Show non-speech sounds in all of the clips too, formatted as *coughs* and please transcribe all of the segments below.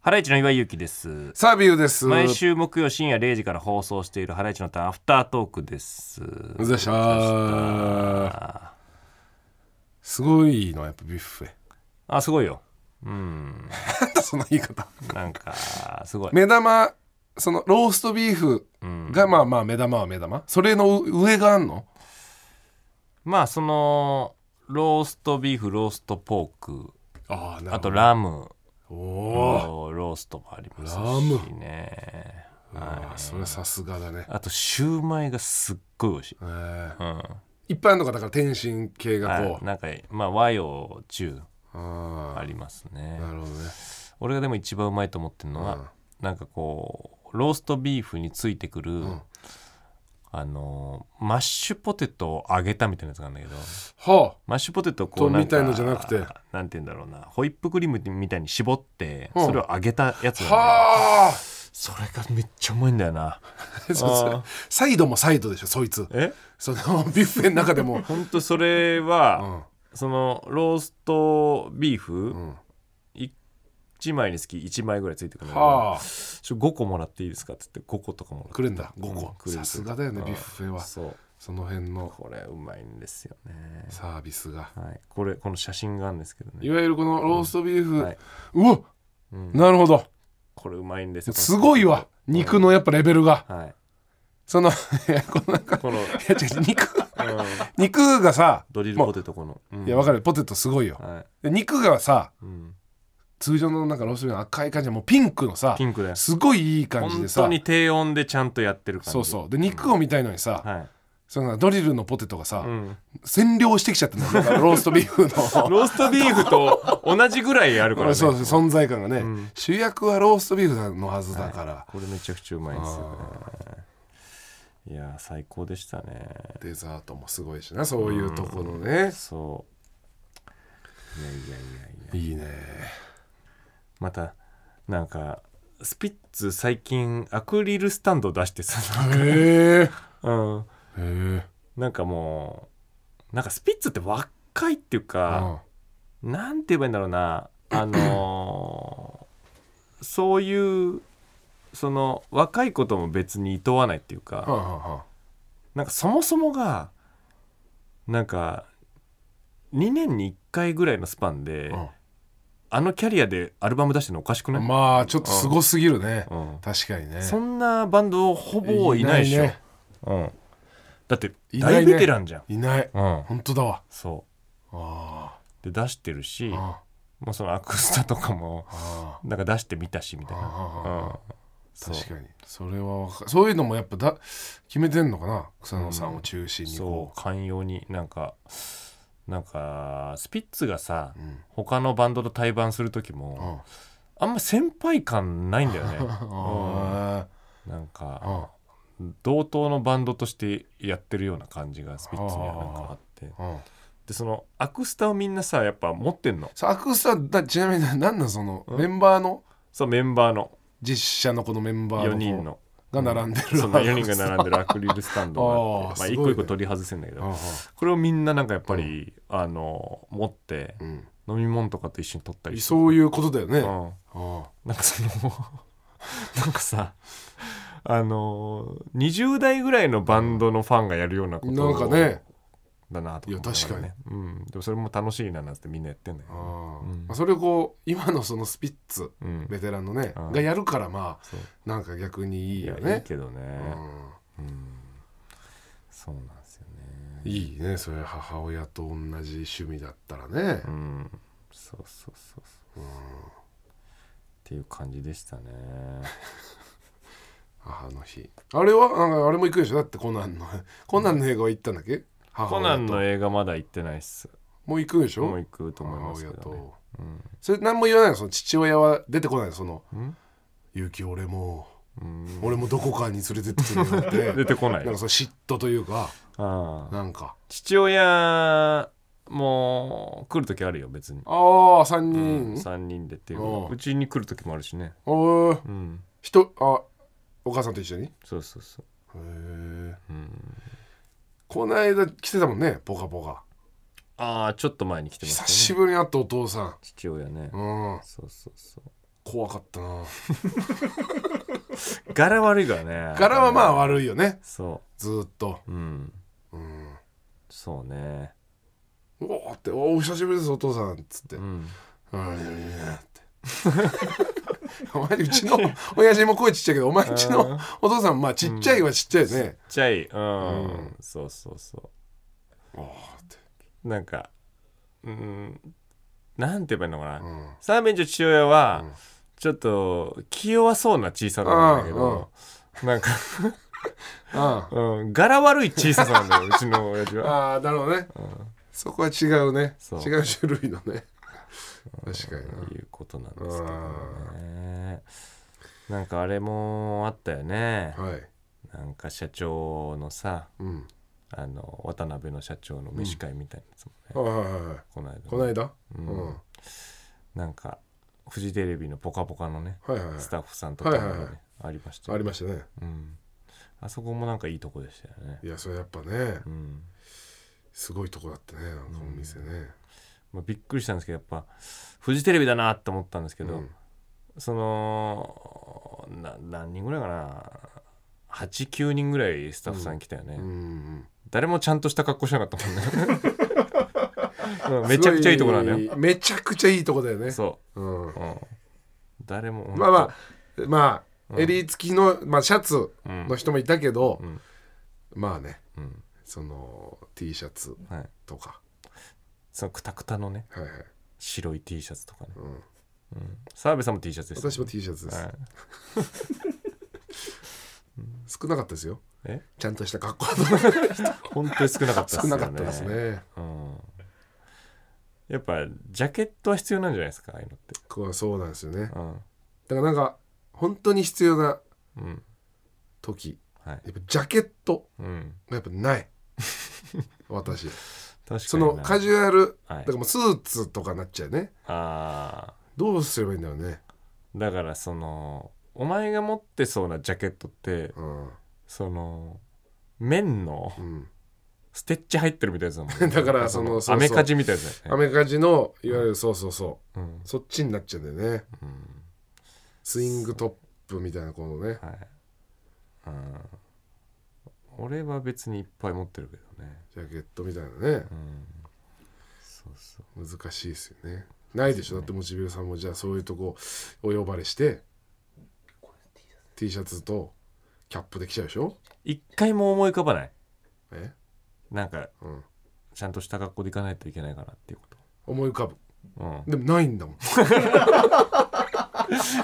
ハライチの岩井ゆきです。サービューです。毎週木曜深夜0時から放送しているハライチのターンアフタートークです。お疲れ様でした。すごいのやっぱビュッフェ。 *laughs* あ、すごいよ。なんだその言い方。なんか、すごい。目玉そのローストビーフが、まあまあ目玉は目玉。それの上があんの？まあ、その、ローストビーフ、ローストポーク、あああなるとほど。ラムおおのー。ローストもありますしね。あーそれさすがだね。あと、シューマイがすっごい美味しい。えー一般の方だから天津系がこあなんか、まあ、和洋中う。あありますねあ。なるほどね。俺がでも一番うまいと思ってるのは、なんかこうローストビーフについてくる、あのーマッシュポテトを揚げたみたいなやつがあるんだけどはマッシュポテトをこうなとんかみたいのじゃなくてなんて言うんだろうなホイップクリームみたいに絞って、うんそれを揚げたやつあ。が、ね、はあ。それがめっちゃうまいんだよな *laughs* そうサイドもサイドでしょそいつ。えそのビュッフェの中で *laughs* も。ほんとそれは、そのローストビーフ、ん1枚につき1枚ぐらいついてくるんだけどはあ。ちょ5個もらっていいですかって言って5個とかもらってくれんだ5うん個、くれるさすがだよねうんビュッフェはそうその辺のこれうまいんですよねサービスがはいこれこの写真があるんですけどいねわゆるこのローストビーフ、うはいわ、なるほどこれうまいんですよすごいわ肉のやっぱレベルがはいその *laughs* いやこのなんかこの、うんいや違う違う肉肉がさ *laughs* ドリルもうポテトこの、うんいやわかるポテトすごいよはいで肉がさうん、通常のなんかローストビーフの赤い感じでもうピンクのさピンクだよすごいいい感じ本でさ当に低温でちゃんとやってる感じそうそうで肉を見たいのにさ、はいそのドリルのポテトがさ、ん占領してきちゃってんだよだからローストビーフのローストビーフと同じぐらいあるからねそうそう存在感がね、主役はローストビーフのはずだから、これめちゃくちゃうまいんですよねいや最高でしたねデザートもすごいしなそういうところね、そういやいやいやいやいいねまたなんかスピッツ最近アクリルスタンド出してさ、へえうん、へえなんかもうなんかスピッツって若いっていうか、なんて言えばいいんだろう *coughs* なあのーそういうその若いことも別に厭わないっていうか、はあはなんかそもそもがなんか2年に1回ぐらいのスパンで、あはあのキャリアでアルバム出してるのおかしくあ、なうい、ん、まあちょっとすごすぎるね、うん確かにねそんなバンドほぼいないでしょ。いないねうん、だっていないね大ベテランじゃん。いないうん、本当だわそあうで出してるし、あもあうそのアクスタとかもあなんか出してみたしみたいな。あうん、そう確かにそれはわかそういうのもやっぱだ決めてんのかな草野さんを中心にそこう寛容になんかなんかスピッツがさ、う、うん他のバンドと対バンする時も、うん、あんま先輩感ないんだよ *laughs* ねあなんあうんか同等のバンドとしてやってるような感じがスピッツにはなんかあってうんでそのアクスタをみんなさやっぱ持ってんのさアクスタだちなみに *laughs* 何なんそのメンバーのそうメンバーの実写のこのメンバーの4人のが並んでる、そんな4人が *laughs* 並んでるアクリルスタンドがあってまあーあ、す一ごい個ね一個取り外せんだけうんうどんこれをみんななんかやっぱり、あの持ってうん飲み物とかと一緒に取ったりしてそういうことだよね、ううんん、なんかその *laughs* なんかさあの20代ぐらいのバンドのファンがやるようなことなんかねだなと思いや確かにね、うん、でもそれも楽しいななんてみんなやってんだよね、うんまあそれをこう今のそのスピッツうん、ベテランのね、うんがやるからまそうあなんか逆にいいいよやねいいけどね、うそうなんですよねん、いいねそれ母親と同じ趣味だったらねう、んそうそうそうそう、っていう感じでしたね母の日あれはなんかあれも行くでしょだってコナンのコナンの映画は行ったんだっけ母コ親ナとンの映画まだ行ってないっすもう行くでしょもう行くと思いますけど、母ね親、とそれ何も言わないのその父親は出てこないのそのん「ゆうき俺もうん俺もどこかに連れてってくれよ」 *laughs* って出てこないなんかその嫉妬というかああなんか父親も来る時あるよ別に、ああ3う人、 3人でっていうおううちに来る時もあるしねおーうん人あお母さんと一緒にへそうそうそうえうんこの間来てたもんねポカポカああちょっと前に来てま久したしねぶりに会ったお父さ父親ね、んうんそうそうそう子怖かったな柄悪いからね柄はまあ悪いよねそずーっとううんうんそうねおーって「おーお久しぶりですお父さん」っつって「ううんんいやいやいやってお前うちの親父も声ちっちゃいけどお前んちのお父さんまあちっちゃいはちっちゃいよね、ちっちゃいうん、うんそうそうそおーって、うなんかうんなんて言えばいいのかな、うん、サーメンジの父親は、うんちょっと気弱そうな小ささなんだけど、なんか、あうん、柄悪い小ささなん *laughs* だようちの親父あは、ああなるほどね、そこは違うねそう違う種類のね確かにないうことなんですけどねなんかあれもあったよねはい、なんか社長のさうん、あの渡辺の社長の飯会みたいなやつもね、はいはいはいはいこの間この間、ううんんはいなんかフジテレビの「ぽかぽか」のねはいはいスタッフさんとかもね、はいはいはいありましたあよりましたねうん、あそこもなんかいいとこでしたよねいやそれやっぱねうんすごいとこだったねなんかお店ね、まあ、びっくりしたんですけどやっぱフジテレビだなと思ったんですけうど、んそのな何人ぐらいかな89人ぐらいスタッフさん来たよね、うんうん誰もちゃんとした格好しなかったもんねううん *laughs* ん、めちゃくちゃいいとこなんだすよごいめちゃくちゃいいとこだよね、そうんう、、うん、誰もまあまあまうあん襟付きの、まあ、シャツあ、うんの人もいたけど、うんまあねうんその T シャツはい、とかそのくたくたのねはいはい、白い T シャツとかねうん、澤部さんも T シャツです、私も T シャツです、はい少なかったですよえちゃんとした格好本当に少なかった少なかったですねうん、やっぱジャケットは必要なんじゃないですかああいうのってこうそうなんですよねだかうんらなんか本当に必要なうん時はい、やっぱジャケットうん、がやっぱない *laughs* 私確かにそのカジジュアルはいだからもうスーツとかなっちゃうねあどうすればいいんだろうね、ーだからそのお前が持ってそうなジャケットってうんその綿のうん、ステッチ入ってるみたいなやつだもん *laughs* だからそのそうそうアメカジみたいなやつだアよねメカジのいわゆるそうそうそううん、そっちになっちゃうんだよねうんスイングトップみたいなこのねはい、うん、俺は別にいっぱい持ってるけどねジャケットみたいなねうんそうそう難しいですよねないでしょだってもちびるさんもじゃあそういうとこお呼ばれして T シャツとキャップできちゃうでしょ一回も思い浮かばないえ、なんかうん、ちゃんとした格好で行かないといけないかなっていうこ思い浮かぶと、 *laughs* うん、でもないんだもん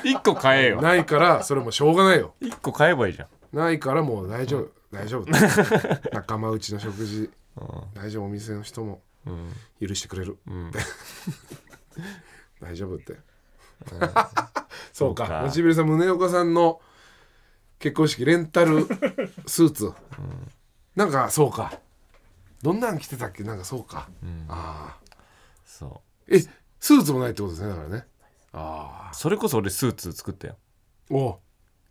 一個買えよないからそれもしょうがないよ一個買えばいいじゃん、ないからもう大丈夫、大丈 *laughs* 夫仲間内の食事大丈夫お店の人もうん許してくれるうん、大丈夫って *laughs* そうそうかかもちびるさん宗岡さんの結婚式レンタ *laughs* ルスーツ、なんかそうかどんなん着てたっけなんかそうか、ああそうえスーツもないってことですねだからねああそれこそ俺スーツ作ったよおだか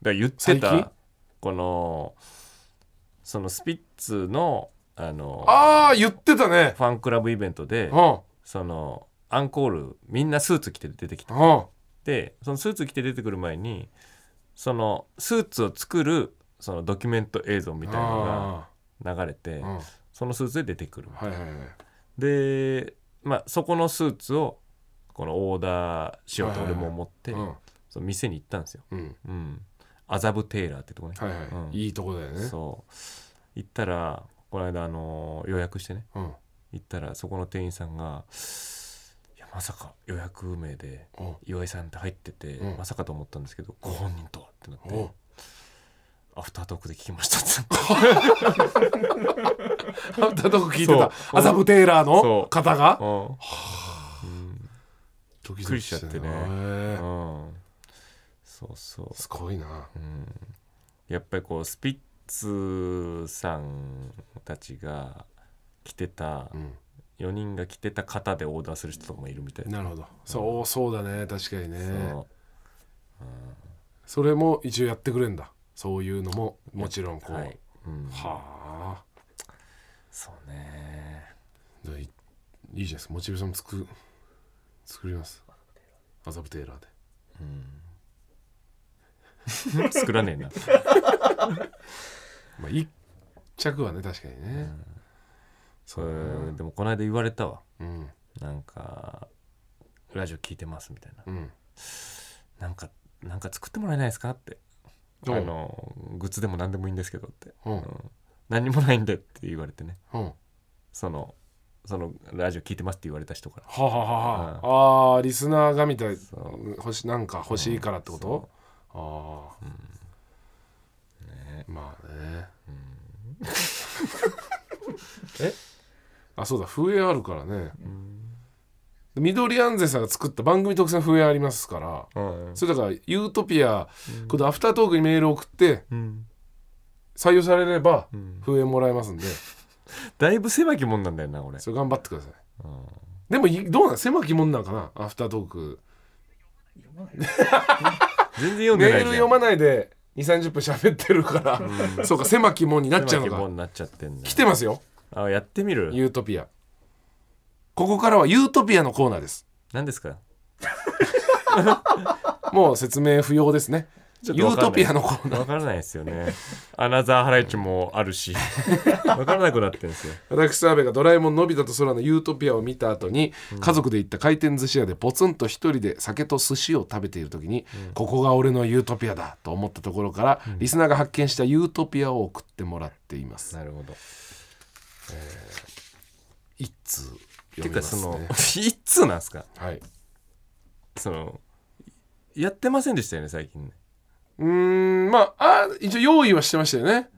ら言って最近たこのそのスピッツのあのああ言ってたねファンクラブイベントでうんそのアンコールみんなスーツ着て出てきてうんでそのスーツ着て出てくる前にそのスーツを作るそのドキュメント映像みたいなあのが流れてあうんそのスーツで出てくるはいはいはいでまあそこのスーツをこのオーダーしようと俺も思ってうんその店に行ったんですようんうん麻布テイラーってとこねはいはい、うんいいとこだよねそう行ったらこの間あの予約してねうん行ったらそこの店員さんが「いやまさか予約名でお岩井さんって入ってて、うんまさかと思ったんですけどご本人とは」ってなっおて「アフタートークで聞きました」って *laughs* あんたどこ聞いてたそう麻布テイラーそのう方 *laughs* がうんドキドキしちゃってねドキしたなへえうんそうそうすごいなうんやっぱりこうスピッツさんたちが着てたうん4人が着てた型でオーダーする人とかもいるみたいな、なるほどそうそうだね確かにねそうそれも一応やってくれんだそういうのももちろんこうはいうん、はあそうねじゃあいいいいじゃないですかモチベーションも作作ります麻布テイラーでうん *laughs* 作らねえなまあ一着はね確かにね、そうでもこの間言われたわうんなんかラジオ聞いてますみたいなうんなんかなんか作ってもらえないですかってあおうのグッズでも何でもいいんですけどって、ううんん何にもないんでって言われてねうんはそのそのラジオ聞いてますって言われた人からあはあはあ、あーリスナーがみたいそう欲しなんか欲しいからってこと、そああ、ねまあね、 *laughs* えあそうだ笛あるからね、緑アンゼさんが作った番組特製の笛ありますから、うんそれだからユートピア、このアフタートークにメール送ってうん採用されればうん笛もらえますんで、だいぶ狭きもんなんだよな俺、それ頑張ってくださいうんでもいどうなん狭きもんなんかなアフタートーク全然読んメでないじゃールん読まないで2 3 0分喋ってるから、 *laughs* そうか狭きもんになっちゃう狭のきもかんになっちゃってんだよ来てますよあやってみるユートピアここからはユートピアのコーナーです何ですかもう説明不要ですねちょっユとわかんーなトいピアのコーナーわからないですよね *laughs* アナザーハライチもある *laughs* しわからなくなってるんですよ私澤部が「ドラえもんのび太と空のユートピア」を見た後に、家族で行った回転寿司屋でポツンと一人で酒と寿司を食べている時に、ここが俺のユートピアだと思ったところから、リスナーが発見したユートピアを送ってもらっていますなるほど一通て読みかますそのねいつなんですかはいそのやってませんでしたよね最近ねうーんまああ一応用意はしてましたよね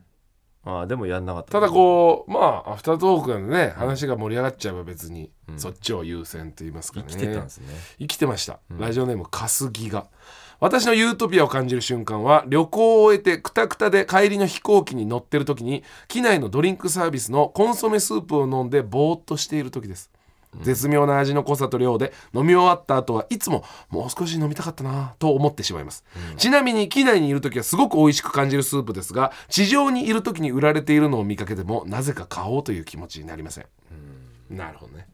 ああでもやんなかったただこうまあアフタートークなんでね話が盛り上がっちゃえば別に、そっちを優先と言いますか生ねきてたんですね生きてました、ラジオネームかすぎが私のユートピアを感じる瞬間は旅行を終えてクタクタで帰りの飛行機に乗ってる時に機内のドリンクサービスのコンソメスープを飲んでぼーっとしている時です絶妙な味の濃さと量で飲み終わった後はいつももう少し飲みたかったなぁと思ってしまいます、ちなみに機内にいる時はすごく美味しく感じるスープですが地上にいる時に売られているのを見かけてもなぜか買おうという気持ちになりません、なるほどね、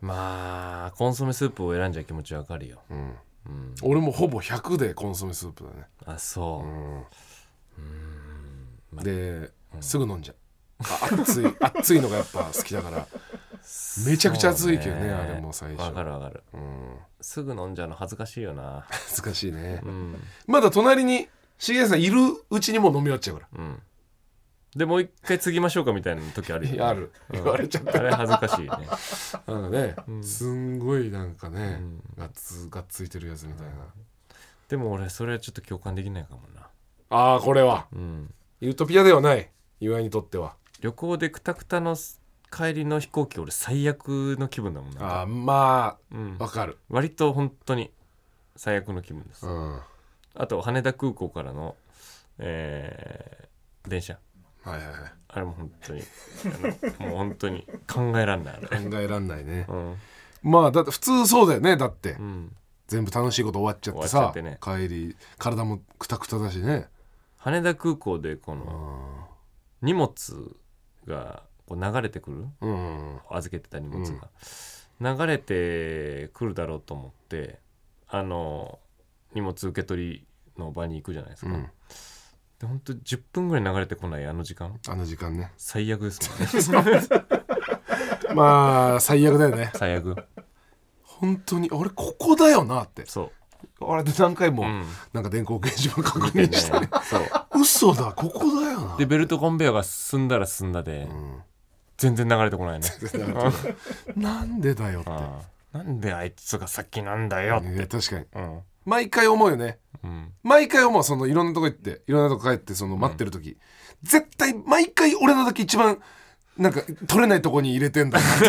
まあコンソメスープを選んじゃう気持ちわかるよ、うん俺もほぼ100でコンソメスープだねあそう、で、すぐ飲んじゃうあ *laughs* 熱い熱いのがやっぱ好きだからめちゃくちゃ熱いけどそねうあれも最初わかるわかるうんすぐ飲んじゃうの恥ずかしいよな難しいね、うん、まだ隣に重さんいるうちにもう飲み終わっちゃうかうん、でもう一回継ぎましょうかみたいな時あるよ、ね、らある言われちゃったあれ恥ずかしいねなんかね、すんごいなんかね、んガッツがついてるやつみたいな、でも俺それはちょっと共感できないかもなああこれはうんユートピアではない岩井にとっては旅行でクタクタの帰りの飛行機俺最悪の気分だもんなあーまうあんわ、かる割と本当に最悪の気分ですうんはあと羽田空港からの、えー電車いはいはあれも本当にあのもう本当に考えらんないあれい考えらんないねうん、まあだって普通そうだよねだって、うん、全部楽しいこと終わっちゃって終わさっちゃってね帰り体もクタクタだしね羽田空港でこうのん荷物がこう流れてくるうん預けてた荷物が、流れてくるだろうと思ってあの荷物受け取りの場に行くじゃないですうか、んで本当10分ぐらい流れてこないあの時間あの時間 *laughs* ね最悪ですもんねまあ最悪だよね *laughs* 最悪本当に俺ここだよなってそ俺で何回う、もうん、なんか電光掲示板確見て認ねしたね *laughs* そう *laughs* 嘘だここだよなでベルトコンベヤーが進んだら進んだで、ん全然流れてこないね *laughs* なんでだよってああなんであいつが先なんだよ、いや確かにうん毎回思うよねうん、毎回思うそのいろんなとこ行っていろんなとこ帰ってその待ってる時、絶対毎回俺のだけ一番なんか取れないとこに入れて *laughs* んだなって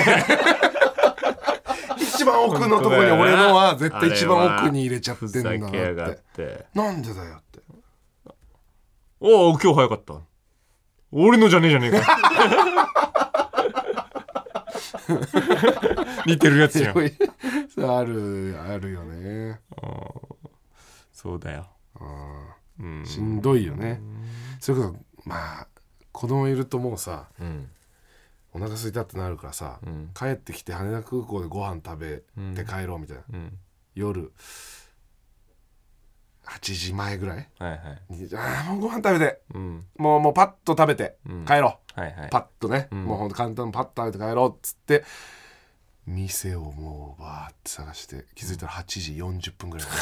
一番奥のとこに俺のは絶対一番奥に入れちゃってんだふざけやながっっててなんでだよっておお今日早かった俺のじゃねえじゃねえか似てるやつやんそういうそう *laughs* あるあるよね *laughs* そうだようんしんどいよねそれこそまあ子供いるともうさうんお腹空いたってなるからさ、うん帰ってきて羽田空港でご飯食べて帰ろうみたいな、うん夜8時前ぐらいはいはいにあーもうご飯食べてうんもうもうパッと食べてうん帰ろう、はいはいパッとね、うんもうほんと簡単にパッと食べて帰ろうっつって店をもうバーって探して気づいたら8時40分ぐらい *laughs*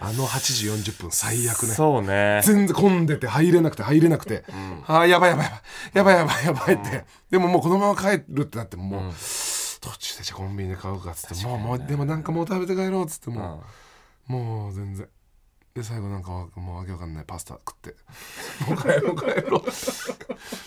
あの8時40分最悪ねそうね全然混んでて入れなくて入れなくて、あーやばいやばいやばいやばいやばいやばいって、でももうこのまま帰るってなってもう、うん途中でじゃあコンビニで買うかっつって、もうもうでもなんかもう食べて帰ろうっつってうもう、んもう全然で最後なんかわもうわけわかんないパスタ食って *laughs* もう帰ろう帰ろ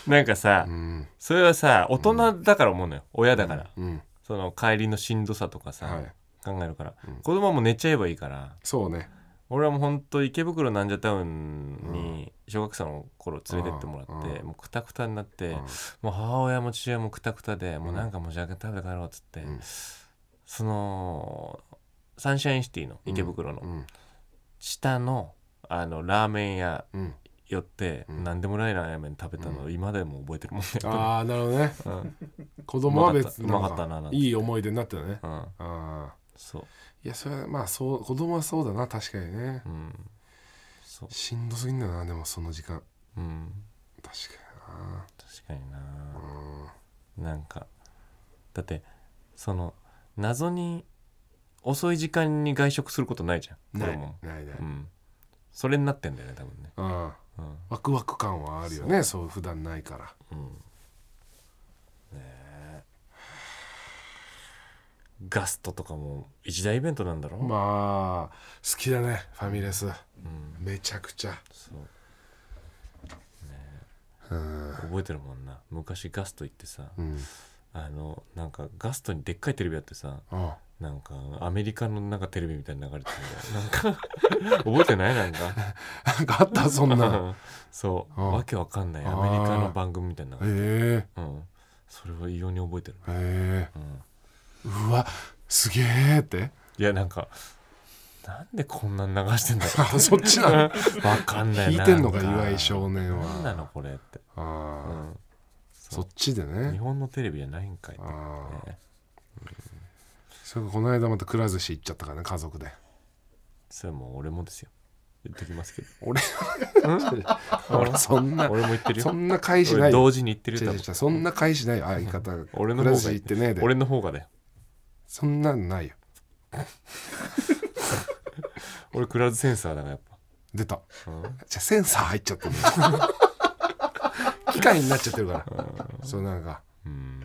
なんかさううんそれはさ大人だから思うのよ親だからうんその帰りのしんどさとかはさい考えるから子供はもう寝ちゃえばいいからそうね俺はもう本当池袋なんじゃタウンに小学生の頃連れてってもらってうもうくたくたになってんもう母親も父親もくたくたでもうなんかもうジャケット食べて帰ろうっつってんそのサンシャインシティの池袋うのん下のあのラーメン屋うん寄ってうん何でもないラーメン食べたうの今でも覚えてるもんねああなるほどね *laughs* うん子供は別うにまなかんったうまかったななかんていい思い出になったよねうんああそういやそれはまあそう子供はそうだな確かにねうんそうしんどすぎんだよなでもその時間うん確かにな確かにうなんなんかだってその謎に遅い時間に外食することないじゃんない子供ないないうんそれになってんだよね多分ねうんうんワクワク感はあるよねそう普段ないからうんねえガストとかも一大イベントなんだろ、まあ好きだねファミレスうん、めちゃくちゃそううん覚えてるもんな昔ガスト行ってさうんあのなんかガストにでっかいテレビあってさあなんかアメリカのなんかテレビみたいに流れてるんだよなんか *laughs* 覚えてないなんかなんかあったそ *laughs* んなそううんわけわかんないアメリカの番組みたいなへ、えうん、それは異様に覚えてる、へえうん、うわすげえっていやなんかなんでこんなん流してん *laughs* だろあそっちなうわか *laughs* んのない引いなてんのかなん岩井少年はなんなのこれって、うああん、そっちで日ね本のテレビじゃないんかいって、ああね、それこの間またくら寿司行っちゃったからね家族でそれもう俺もですよ言っときますけど俺 *laughs* 俺そんな俺も言ってるよそんな返しな俺いよ同時に言ってる違よう多違う分違うそんな返しないよ相方が *laughs* 俺のくら方寿が司いい行ってねえで俺の方がだよそんなんないよ俺クラウドセンサーだからやっ出たぱ、うんじゃあセンサー入っちゃってる *laughs* 機械になっちゃってるからそうなんかうん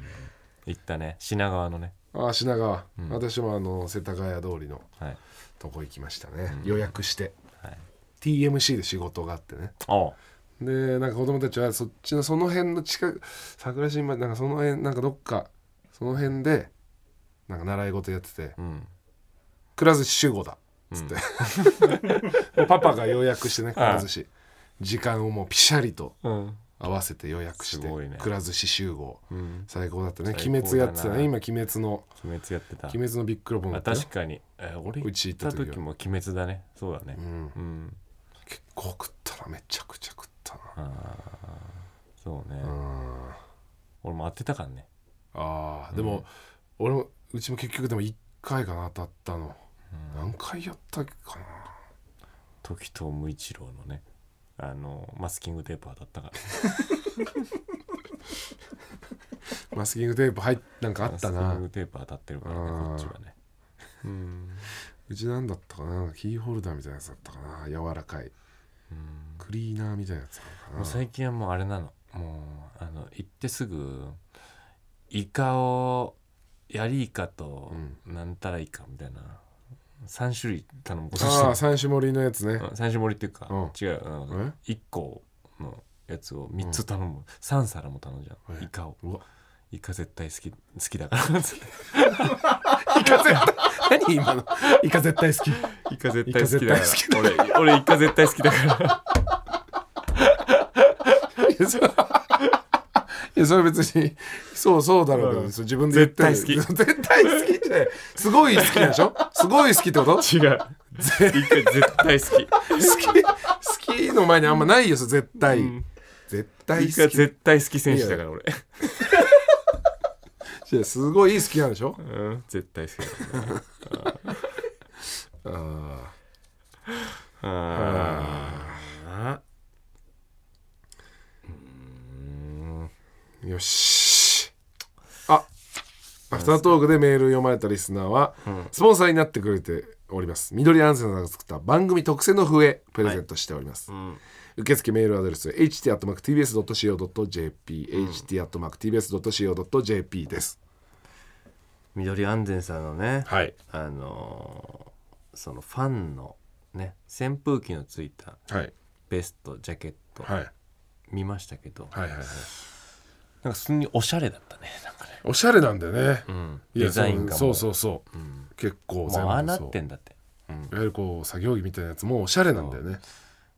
行ったね品川のねああ品川、うん私もあの世田谷通りのはいとこ行きましたね、予約してはい TMC で仕事があってねおうでなんか子供たちはそっちのその辺の近く桜新町なんかその辺なんかどっかその辺でなんか習い事やっててうん「くら寿司集合だ」つって、 *laughs* パパが予約してねくら寿司時間をもうピシャリとうん合わせて予約してすごいねくら寿司集合うん最高だったね最高だな鬼滅やってたね今鬼滅の鬼滅やってた鬼滅のビッグロボンだあったよ確かにえ俺うち行っ行ったた時は時も鬼滅だねそうだねうんうん結構食ったなめちゃくちゃ食ったなああそうねうん俺も当てたからねあーでも、俺もうちも結局でも1回かな当たったの、何回やったかな時藤無一郎のねあのマスキングテープ当たったからマスキングテープ入っなんかあマっスキたンなグテープ当たってるからねあーこっちはねうんうちなんだったかなキーホルダーみたいなやつだったかな柔らかいうんクリーナーみたいなやつなのかなもう最近はもうあれなのもうあの行ってすぐイカをヤリイカとなんたらイカみたいな、三3種類頼むことしてあるあ三種盛りのやつねうん三種盛りっていうか、うん違うあの1個のやつを3つ頼む、三3皿も頼んじゃうえイカをうわイカ絶対好き好き *laughs* だからイカ絶対 *laughs* 何今のイカ絶対好きイカ絶対対好好ききだだかからら俺俺イカ絶対好きだ *laughs* からいやそ *laughs* れいやそれ別にそうそうだろうけど、うんそう自分で言ってる絶対絶対好きじゃないすごい好きなんでしょすごい好き *laughs* ってこと違うイカ絶対好き好き好きの前にあんまないよそれ絶対、うん絶対イカ好き絶対好き選手だから俺、いやすごい好きなんでしょうん、絶対好きだあうーんよしあアフタートークでメール読まれたリスナーは、スポンサーになってくれております緑アンセナさんが作った番組特製の笛プレゼントしております、受付メールアドレス ht.tbs.co.jp、ht.tbs.co.jp です緑安全さんのね、はいあのーそのファンのね扇風機のついたはいベストジャケットはい見ましたけど、はいはいなんかすんにおしゃれだったねなんかね、おしゃれなんだよね、うん、いやデザインがもそうそうそうそう、結構もうああなそってんだっていわゆるこう作業着みたいなやつもおしゃれなんだよね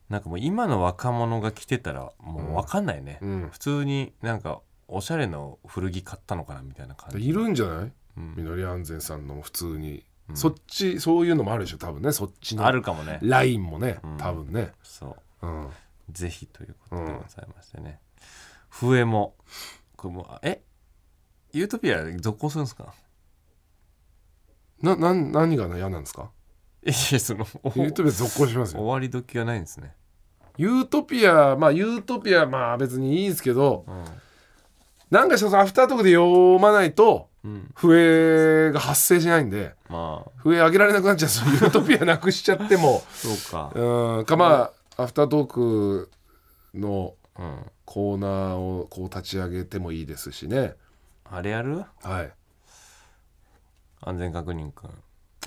なんかもう今の若者が着てたらもう分かんないね、うん普通になんかおしゃれの古着買ったのかなみたいな感じいるんじゃない、みのり安全さんのも普通に、そっちそういうのもあるでしょ多分ねそっちのあるかもねラインもね、多分ね、そううん、はぜひということでございましてね、笛もこれもうあえユートピア続行するんですか *laughs* ななん何が嫌なんですかいやいやそのおユートピア続行します終よわり時がないんですねユートピアまあユートピアまあ別にいいですけど、なんか一つアフタートークで読まないとうん笛が発生しないんでまあ笛上げられなくなっちゃうそ *laughs* のユートピアなくしちゃってもそうかうんかまあアフタートークのうんコーナーをこう立ち上げてもいいですしねあれやるはい安全確認くん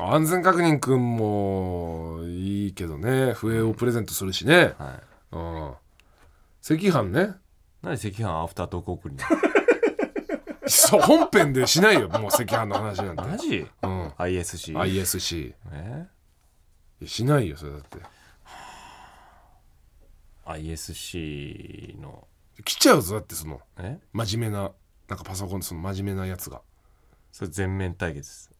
安全確認くんもいいけどね笛をプレゼントするしねはいうん赤飯ねなんで赤飯アフタートーク送り *laughs* なそう本編でしないよもう赤飯の話なんのマてジうん ISC ISC えしないよそれだって ISC の来ちゃうぞだってそのえ真面目ななんかパソコンでその真面目なやつがそれ全面対決です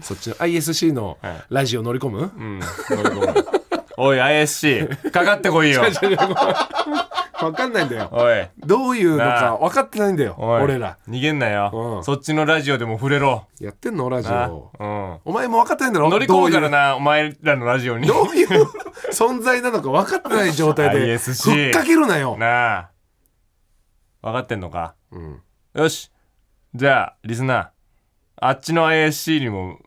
そっちの ISC のはいラジオ乗り込む、うん乗り込む *laughs* おい ISC かかってこいよ分かんないんだよおいどういうのなかあ分かってないんだよおい俺ら逃げんなよ、うんそっちのラジオでも触れろやってんのラジな、オうお前も分かってないんだろん、乗り込むからなお前らのラジオにどういうどういう存在なのか分かってない状 *laughs* 態で ISC ふっかけるなよ、なあ分かってんのかうん、よしじゃあリスナーあっちの ISC にも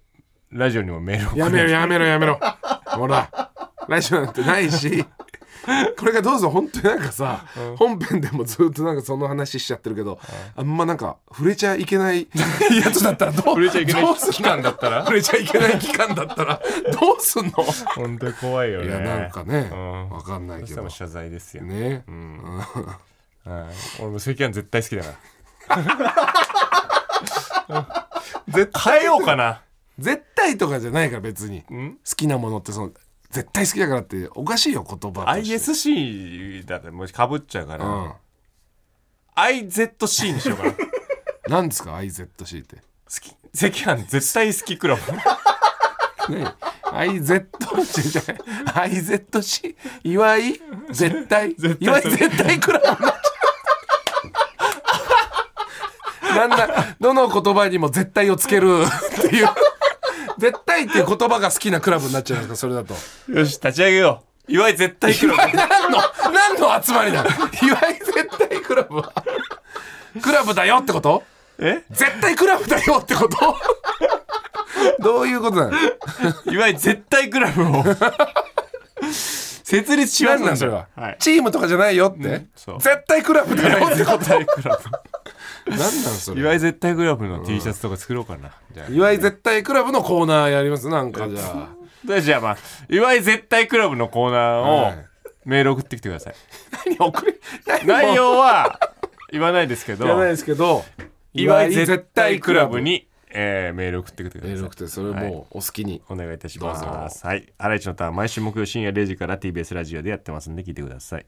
ラジオにもメールを送れやめろやめろやめろほらラジオなんてないしこれがどうぞ本当になんかさ、本編でもずっとなんかその話しちゃってるけど、あんまなんか触れちゃいけない *laughs* やつだったらどう触れちゃいけないどうすんの期間だったら触れちゃいけない期間だったらどうすんの本当に怖いよねいやなんかね、うんわかんないそしけたどら謝罪ですよ、ね、うん俺も赤飯絶対好きだから *laughs* 絶対変えようかな絶対とかじゃないから別に好んきなものってその絶対好きだからっておかしいよ言葉として ISC だってもしかぶっちゃうから、うん IZC にし *laughs* ようかな好何ですか IZC ってき赤飯絶対好きクラブね IZC じゃない IZC 岩井絶対絶対岩井絶対クラブになっちゃうなんだどの言葉にも絶対をつけるっていう絶対っていう言葉が好きなクラブになっちゃうんですかそれだとよし立ち上げよう岩井絶対クラブあれ *laughs* 何の何の集まりだ岩井絶対クラブはクラブだよってこと *laughs* え絶対クラブだよってこと *laughs* どういうことなの岩井絶対クラブ *laughs* を設立します何なんそれは、はいチームとかじゃないよって、そう絶対クラブだよ岩っ井てこと絶対クラ何なんそブれ *laughs* 岩井絶対クラブの T シャツとか作ろうかな、じゃあ岩井絶対クラブのコーナーやりますなんかじゃでじゃあまあ岩井絶対クラブのコーナはーをいメール送ってきてください、あ何送り何も内容は言わないですけど言わないですけど岩井絶対クラブにに、えーメール送ってきてください6点それはいもうお好きに、お願いいたしますはいハライチのターン毎週木曜深夜0時から TBS ラジオでやってますんで聞いてください